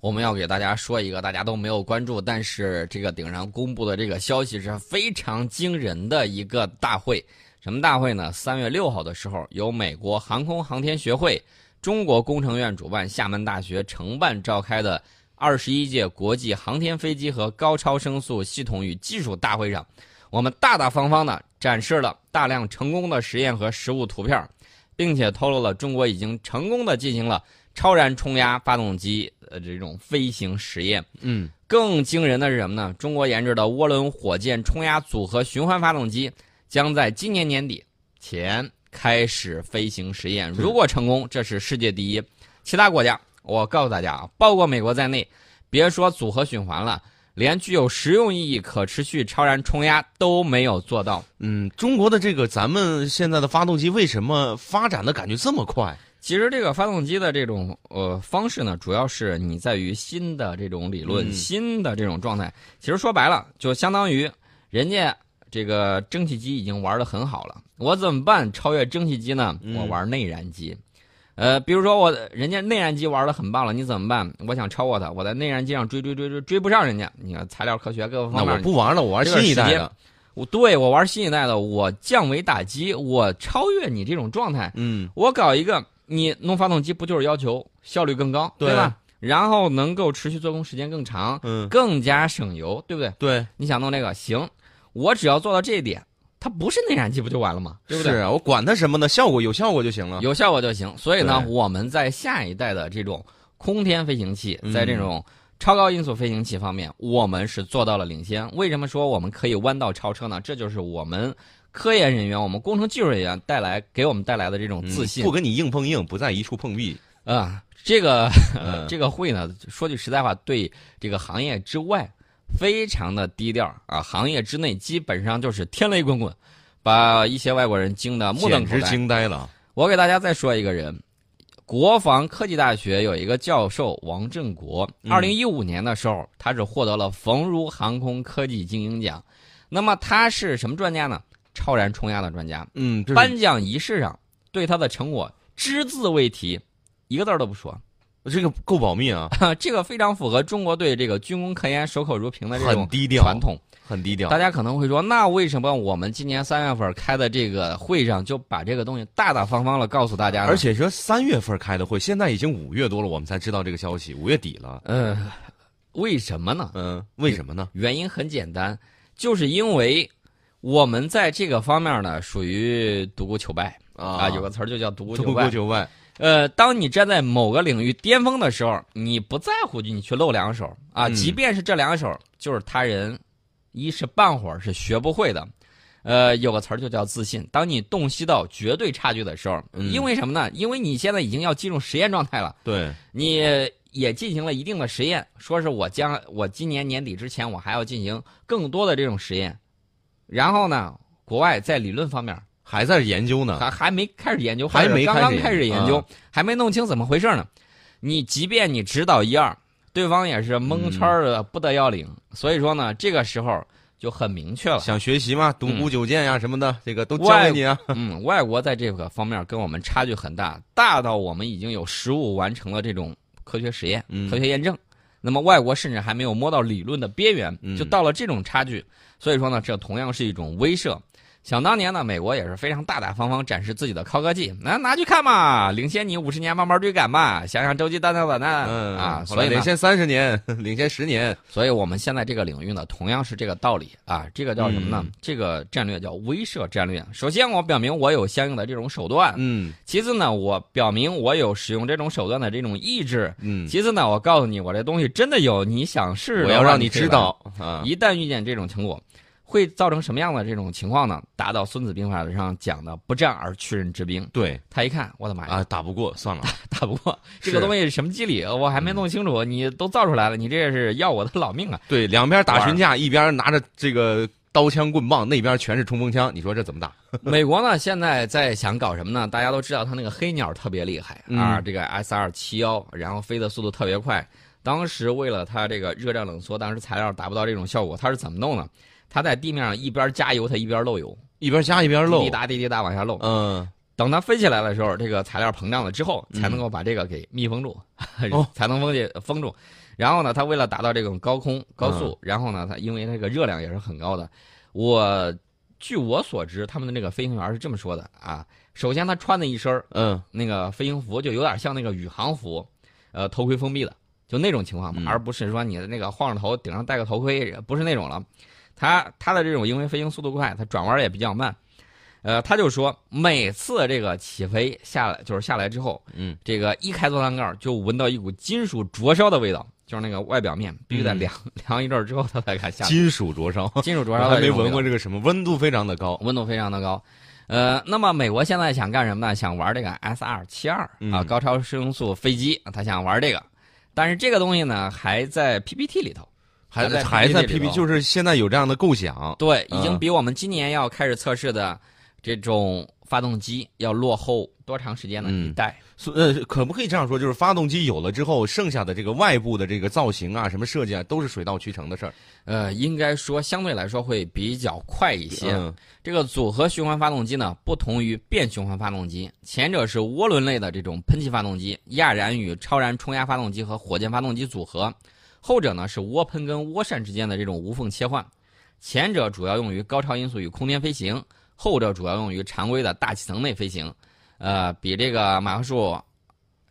我们要给大家说一个大家都没有关注，但是这个顶上公布的这个消息是非常惊人的一个大会。什么大会呢？三月六号的时候，由美国航空航天学会、中国工程院主办，厦门大学承办召开的二十一届国际航天飞机和高超声速系统与技术大会上，我们大大方方的展示了大量成功的实验和实物图片，并且透露了中国已经成功的进行了。超燃冲压发动机呃这种飞行实验。嗯，更惊人的是什么呢？中国研制的涡轮火箭冲压组合循环发动机将在今年年底前开始飞行实验。如果成功，这是世界第一。其他国家，我告诉大家啊，包括美国在内，别说组合循环了，连具有实用意义、可持续超燃冲压都没有做到。嗯，中国的这个咱们现在的发动机为什么发展的感觉这么快？其实这个发动机的这种呃方式呢，主要是你在于新的这种理论、嗯新的这种状态。其实说白了，就相当于人家这个蒸汽机已经玩的很好了，我怎么办超越蒸汽机呢？嗯我玩内燃机。呃，比如说我人家内燃机玩的很棒了，你怎么办？我想超过它，我在内燃机上追追追追追不上人家。你看材料科学各个那方面我，不玩了，我玩这段新一代时间的。我对我玩新一代的，我降维打击，我超越你这种状态。嗯，我搞一个，你弄发动机不就是要求效率更高，对吧？然后能够持续做工时间更长，嗯，更加省油，对不对？对，你想弄这个行，我只要做到这一点，它不是内燃机不就完了吗？对不是对？啊，我管它什么呢？效果有效果就行了。有效果就行。所以呢，对我们在下一代的这种空天飞行器，嗯在这种超高音速飞行器方面，我们是做到了领先。为什么说我们可以弯道超车呢？这就是我们科研人员、我们工程技术人员带来给我们带来的这种嗯自信。不跟你硬碰硬，不在一处碰壁。啊，这个、嗯这个会呢，说句实在话，对这个行业之外非常的低调啊，行业之内基本上就是天雷滚滚，把一些外国人惊得啊目瞪简口直呆。惊呆了。我给大家再说一个人，国防科技大学有一个教授王振国，嗯二零一五年的时候，他是获得了冯如航空科技精英奖。那么他是什么专家呢？超燃冲压的专家。嗯，这颁奖仪式上对他的成果只字未提，一个字儿都不说。这个够保密啊， 这个非常符合中国对这个军工科研守口如瓶的这很种低调，传统。很低调大。家可能会说，那为什么我们今年三月份开的这个会上就把这个东西大大方方的告诉大家呢？而，且说三月份开的会，现在已经五月多了，我们才知道这个消息，五月底了。呃，为什么呢？嗯，为什么呢？原因很简单，就是因为我们在这个方面呢，属于独孤求败啊，有个词儿就叫独孤独求孤败。求败，呃，当你站在某个领域巅峰的时候，你不在乎你去露两手啊，嗯即便是这两手，就是他人一时半会儿是学不会的。呃，有个词儿就叫自信。当你洞悉到绝对差距的时候，嗯因为什么呢？因为你现在已经要进入实验状态了，对，你也进行了一定的实验，说是我将我今年年底之前我还要进行更多的这种实验，然后呢，国外在理论方面还在研究呢。还还没开始研究，啊还没刚开始刚研开始研究啊，还没弄清怎么回事呢。你即便你指导一二，对方也是嗯蒙圈儿的不得要领。所以说呢，这个时候就很明 确了。想学习吗？独孤九剑呀、什么的，这个都教哦嗯外给你啊。嗯，外国在这个方面跟我们差距很大，大到我们已经有实物完成了这种科学实验、嗯科学验证。那么外国甚至还没有摸到理论的边缘，嗯就到了这种差距。所以说呢，这同样是一种威慑。想当年呢，美国也是非常大大方方展示自己的高科技，拿拿去看嘛，领先你五十年，慢慢追赶嘛，想想洲际弹道导弹、嗯啊。后所来以呢领，先三十年， 领先十年。所以我们现在这个领域呢，同样是这个道理啊。这个叫什么呢？嗯这个战略叫威慑战略。首先，我表明我有相应的这种手段，嗯其次呢，我表明我有使用这种手段的这种意志。嗯，其次呢，我告诉你，我这东西真的有，你想试的我话，要让你可以知来。道啊。一旦遇见这种成果，会造成什么样的这种情况呢？达到《孙子兵法》上讲的“不战而屈人之兵对”。他一看，我的妈呀，啊，打不过算了。打不过这个是东西，什么机理我还没弄清楚，你都造出来了，你这是要我的老命啊！对，两边打群架，一边拿着这个刀枪棍棒，那边全是冲锋枪，你说这怎么打？美国呢，现在在想搞什么呢？大家都知道它那个黑鸟特别厉害啊，嗯这个 S 二七幺，然后飞的速度特别快。当时为了它这个热胀冷缩，当时材料达不到这种效果，它是怎么弄呢？它在地面上一边加油，它一边漏油，一边加一边滴漏滴。答滴滴答往下漏。嗯，等它飞起来的时候，这个材料膨胀了之后，才能够把这个给密封住，哦 才能封解封住。然后呢，它为了达到这种高空高速，然后呢，它因为那个热量也是很高的。我据我所知，他们的那个飞行员是这么说的啊：首先，他穿的一身儿嗯，那个飞行服就有点像那个宇航服，呃，头盔封闭的，就那种情况嘛，嗯而不是说你的那个晃着头，顶上戴个头盔，不是那种了。他他的这种因为飞行速度快，他转弯也比较慢，呃，他就说每次这个起飞下来就是下来之后，嗯，这个一开座舱盖就闻到一股金属灼烧的味道，就是那个外表面必须得嗯凉、 凉一阵儿之后他才敢下来。金属灼烧，金属灼我烧 还的没这种味闻道过这个什么，温度非常的高。温度非常的高。呃，那么美国现在想干什么呢？想玩这个 S 二七二啊，嗯高超声速飞机，他想玩这个，但是这个东西呢还在 PPT 里头，还在还在 PPT 里 PP，头就是现在有这样的构想，对，嗯已经比我们今年要开始测试的这种发动机要落后多长时间呢？嗯一代。所呃，可不可以这样说？就是发动机有了之后，剩下的这个外部的这个造型啊、什么设计啊，都是水到渠成的事儿。呃，应该说相对来说会比较快一些。嗯这个组合循环发动机呢，不同于变循环发动机，前者是涡轮类的这种喷气发动机，亚燃与超燃冲压发动机和火箭发动机组合；后者呢是涡喷跟涡扇之间的这种无缝切换。前者主要用于高超音速与空间飞行，后者主要用于常规的大气层内飞行。呃，比这个马赫数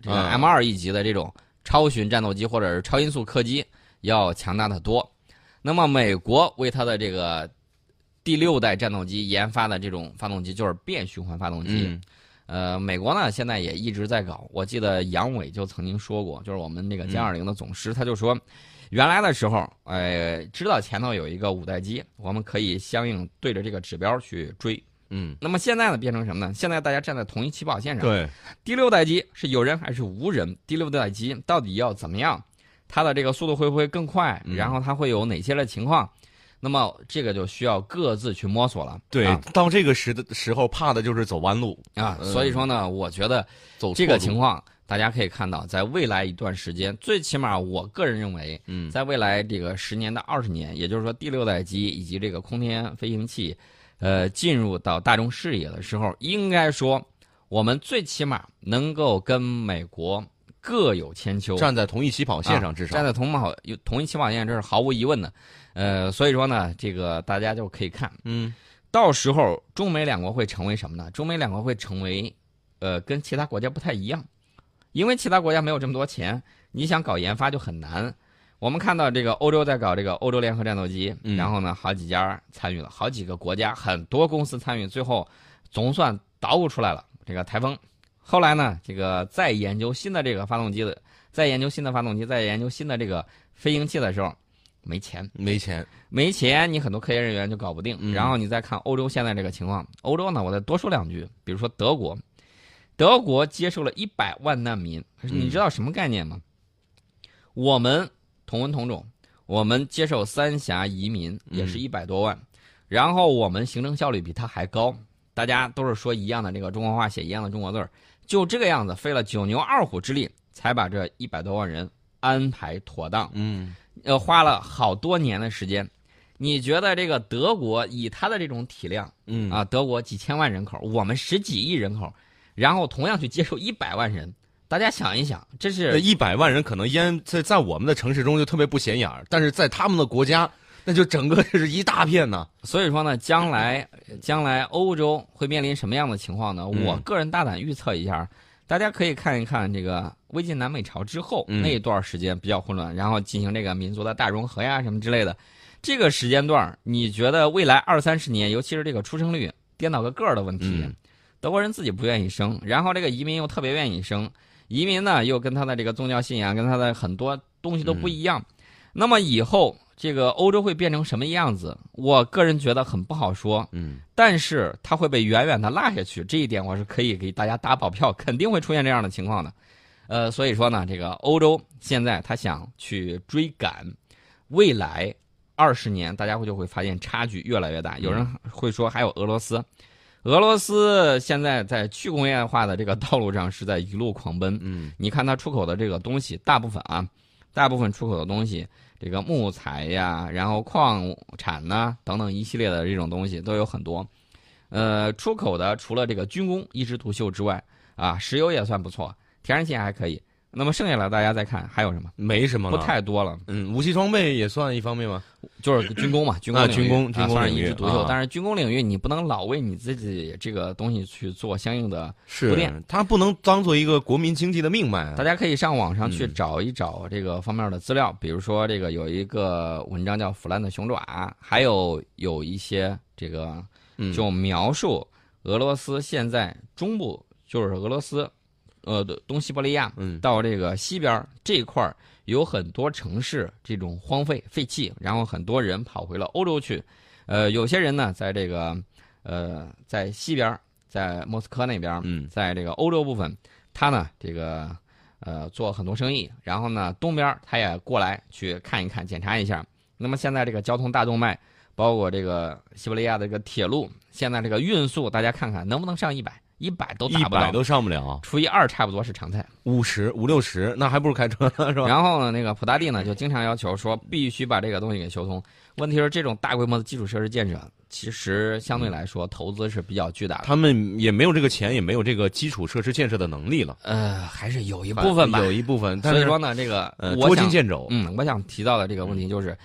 这个嗯 M 二一级的这种超巡战斗机或者是超音速客机要强大的多。那么，美国为它的这个第六代战斗机研发的这种发动机就是变循环发动机。嗯呃，美国呢现在也一直在搞。我记得杨伟就曾经说过，就是我们这个歼二零的总师，他就说，原来的时候，呃，知道前头有一个五代机，我们可以相应对着这个指标去追。嗯，那么现在呢，变成什么呢？现在大家站在同一起跑线上。对，第六代机是有人还是无人？第六代机到底要怎么样？它的这个速度会不会更快？嗯然后它会有哪些的情况？那么这个就需要各自去摸索了。对，啊到这个时的时候，怕的就是走弯路，啊，嗯所以说呢，我觉得走错这个路情，况大家可以看到，在未来一段时间，最起码我个人认为，嗯，在未来这个十年到二十年，也就是说第六代机以及这个空天飞行器，呃，进入到大众视野的时候，应该说我们最起码能够跟美国各有千秋。啊站在啊同一起跑线上，至少、站在同跑同一起跑线，这是毫无疑问的，呃，所以说呢，这个大家就可以看，嗯，到时候中美两国会成为什么呢？中美两国会成为，呃，跟其他国家不太一样，因为其他国家没有这么多钱，你想搞研发就很难。我们看到这个欧洲在搞这个欧洲联合战斗机，嗯然后呢，好几家参与了，好几个国家，很多公司参与，最后总算捣鼓出来了这个台风。后来呢，这个再研究新的这个发动机的，再研究新的发动机，再研究新的这个飞行器的时候，没钱。没钱，没钱，你很多科研人员就搞不定。嗯然后你再看欧洲现在这个情况，欧洲呢，我再多说两句，比如说德国，德国接受了一百万难民，你知道什么概念吗？我们同文同种，我们接受三峡移民也是一百多万，然后我们行政效率比他还高，大家都是说一样的这个中国话，写一样的中国字儿，就这个样子，费了九牛二虎之力才把这一百多万人安排妥当。嗯，呃，花了好多年的时间。你觉得这个德国以它的这种体量，嗯啊，德国几千万人口，我们十几亿人口，然后同样去接受一百万人，大家想一想，这那是一百万人可能烟在在我们的城市中就特别不显眼儿，但是在他们的国家，那就整个是一大片呢。所以说呢，将 来将来欧洲会面临什么样的情况呢？嗯我个人大胆预测一下，大家可以看一看这个魏晋南北朝之后、嗯那一段时间比较混乱，然后进行这个民族的大融合呀什么之类的。这个时间段儿，你觉得未来二三十年，尤其是这个出生率颠倒个个儿的问题，嗯德国人自己不愿意生，然后这个移民又特别愿意生，移民呢又跟他的这个宗教信仰跟他的很多东西都不一样。那么以后这个欧洲会变成什么样子？我个人觉得很不好说，嗯，但是它会被远远的落下去，这一点我是可以给大家打保票，肯定会出现这样的情况的。呃，所以说呢，这个欧洲现在他想去追赶，未来二十年大家会就会发现差距越来越大。有人会说还有俄罗斯，俄罗斯现在在去工业化的这个道路上是在一路狂奔。嗯，你看它出口的这个东西，大部分啊，大部分出口的东西，这个木材呀，然后矿产呐、等等一系列的这种东西都有很多。呃，出口的除了这个军工一枝独秀之外，啊，石油也算不错，天然气还可以。那么剩下来大家再看还有什么？没什么不了。太多了，嗯，武器装备也算一方面吗？就是军 工嘛，军工啊领域、军工军啊、工算是领一域枝独秀。啊但是军工领域你不能老为你自己这个东西去做相应的不是变，它不能当做一个国民经济的命脉啊。大家家可以上网上去找一找这个方面的资料，比如说这个有一个文章叫《腐烂的熊爪》，还有有一些这个嗯就描述俄罗斯现在中部，就是俄罗斯，呃，东西伯利亚嗯到这个西边儿这一块儿有很多城市这种荒废废弃，然后很多人跑回了欧洲去，呃，有些人呢在这个呃在西边儿，在莫斯科那边儿，嗯在这个欧洲部分，他呢这个呃做很多生意，然后呢东边儿他也过来去看一看、检查一下。那么现在这个交通大动脉，包括这个西伯利亚的这个铁路，现在这个运速，大家看看能不能上一百，一百都一达不百到，都上不了，除以二差不多是常态。五十五六十，那还不如开车 呢，是吧？然后呢，那个普大帝呢就经常要求说必须把这个东西给修通。问题是这种大规模的基础设施建设，其实相对来说投资是比较巨大的。他们也没有这个钱，也没有这个基础设施建设的能力了，呃，还是有一部分吧。嗯有一部分。但所以是说呢，这个呃，我捉襟想，见肘。嗯，我想提到的这个问题就是，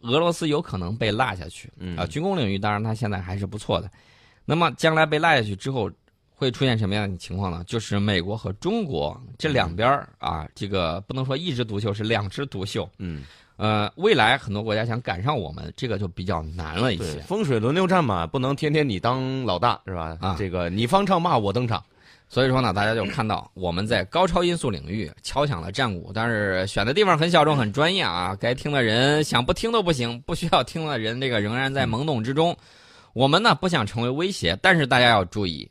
俄罗斯有可能被落下去嗯啊。军工领域当然它现在还是不错的，那么将来被落下去之后。会出现什么样的情况呢？就是美国和中国这嗯两边儿啊，这个不能说一枝独秀，是两枝独秀。嗯，呃，未来很多国家想赶上我们，这个就比较难了一对，些。风水轮流站嘛，不能天天你当老大是吧？啊这个你方唱罢我登场。所以说呢，大家就看到我们在高超音速领域敲响了战鼓，但是选的地方很小众、很专业啊，该听的人想不听都不行，不需要听的人这个仍然在懵懂之中。我们呢不想成为威胁，但是大家要注意，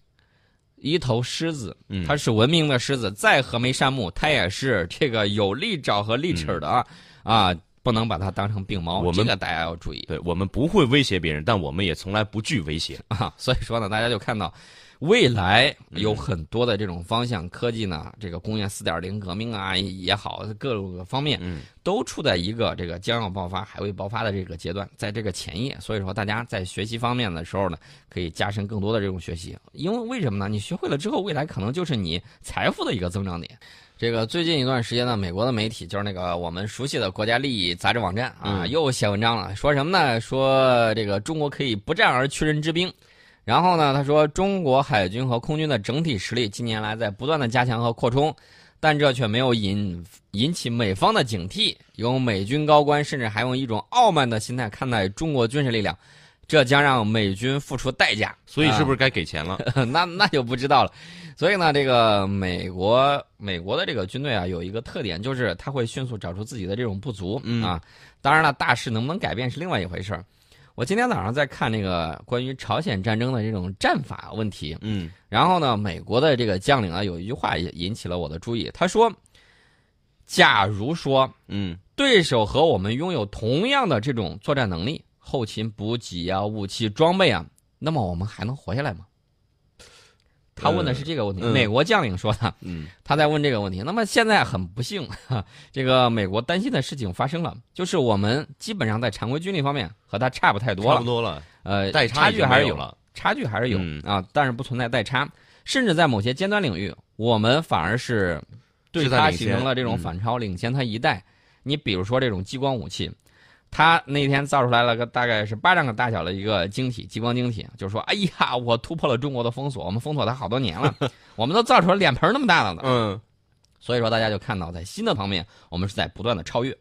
一头狮子，嗯它是文明的狮子，再和眉善目，它也是这个有利爪和利齿的啊、啊，不能把它当成病猫，嗯我们这个大家要注意。对我们不会威胁别人，但我们也从来不惧威胁。 啊，所以说呢，大家就看到未来有很多的这种方向，科技呢，这个工业四点零革命啊也好，各种各方面，嗯，都处在一个这个将要爆发、还未爆发的这个阶段，在这个前夜，所以说大家在学习方面的时候呢，可以加深更多的这种学习，因为为什么呢？你学会了之后，未来可能就是你财富的一个增长点。这个最近一段时间呢，美国的媒体就是那个我们熟悉的国家利益杂志网站啊，嗯又写文章了，说什么呢？说这个中国可以不战而屈人之兵。然后呢，他说中国海军和空军的整体实力近年来在不断的加强和扩充，但这却没有引引起美方的警惕。有美军高官甚至还用一种傲慢的心态看待中国军事力量，这将让美军付出代价。 所以是不是？是该给钱了？那那就不知道了。所以呢，这个美国美国的这个军队啊，有一个特点，就是它会迅速找出自己的这种不足、嗯啊。当然了，大势能不能改变是另外一回事儿。我今天早上在看那个关于朝鲜战争的这种战法问题，嗯然后呢，美国的这个将领啊，有一句话也引起了我的注意，他说：“假如说嗯对手和我们拥有同样的这种作战能力、后勤补给啊、武器装备啊，那么我们还能活下来吗？”他问的是这个问题，嗯美国将领说的，嗯，他在问这个问题。那么现在很不幸，哈 这个美国担心的事情发生了，就是我们基本上在常规军力方面和他差不太多差了不，多了，呃，代差已距经还是没有有。了。差距还是有、嗯啊，但是不存在代差，甚至在某些尖端领域，我们反而是对是在它领形成先了这种嗯反超，领先它一代。你比如说这种激光武器，它那天造出来了个大概是巴掌个大小的一个晶体，激光晶体，就说哎呀，我突破了中国的封锁，我们封锁它好多年 了，我们都造出了脸盆儿那么大的了。嗯，所以说大家就看到，在新的方面，我们是在不断的超越。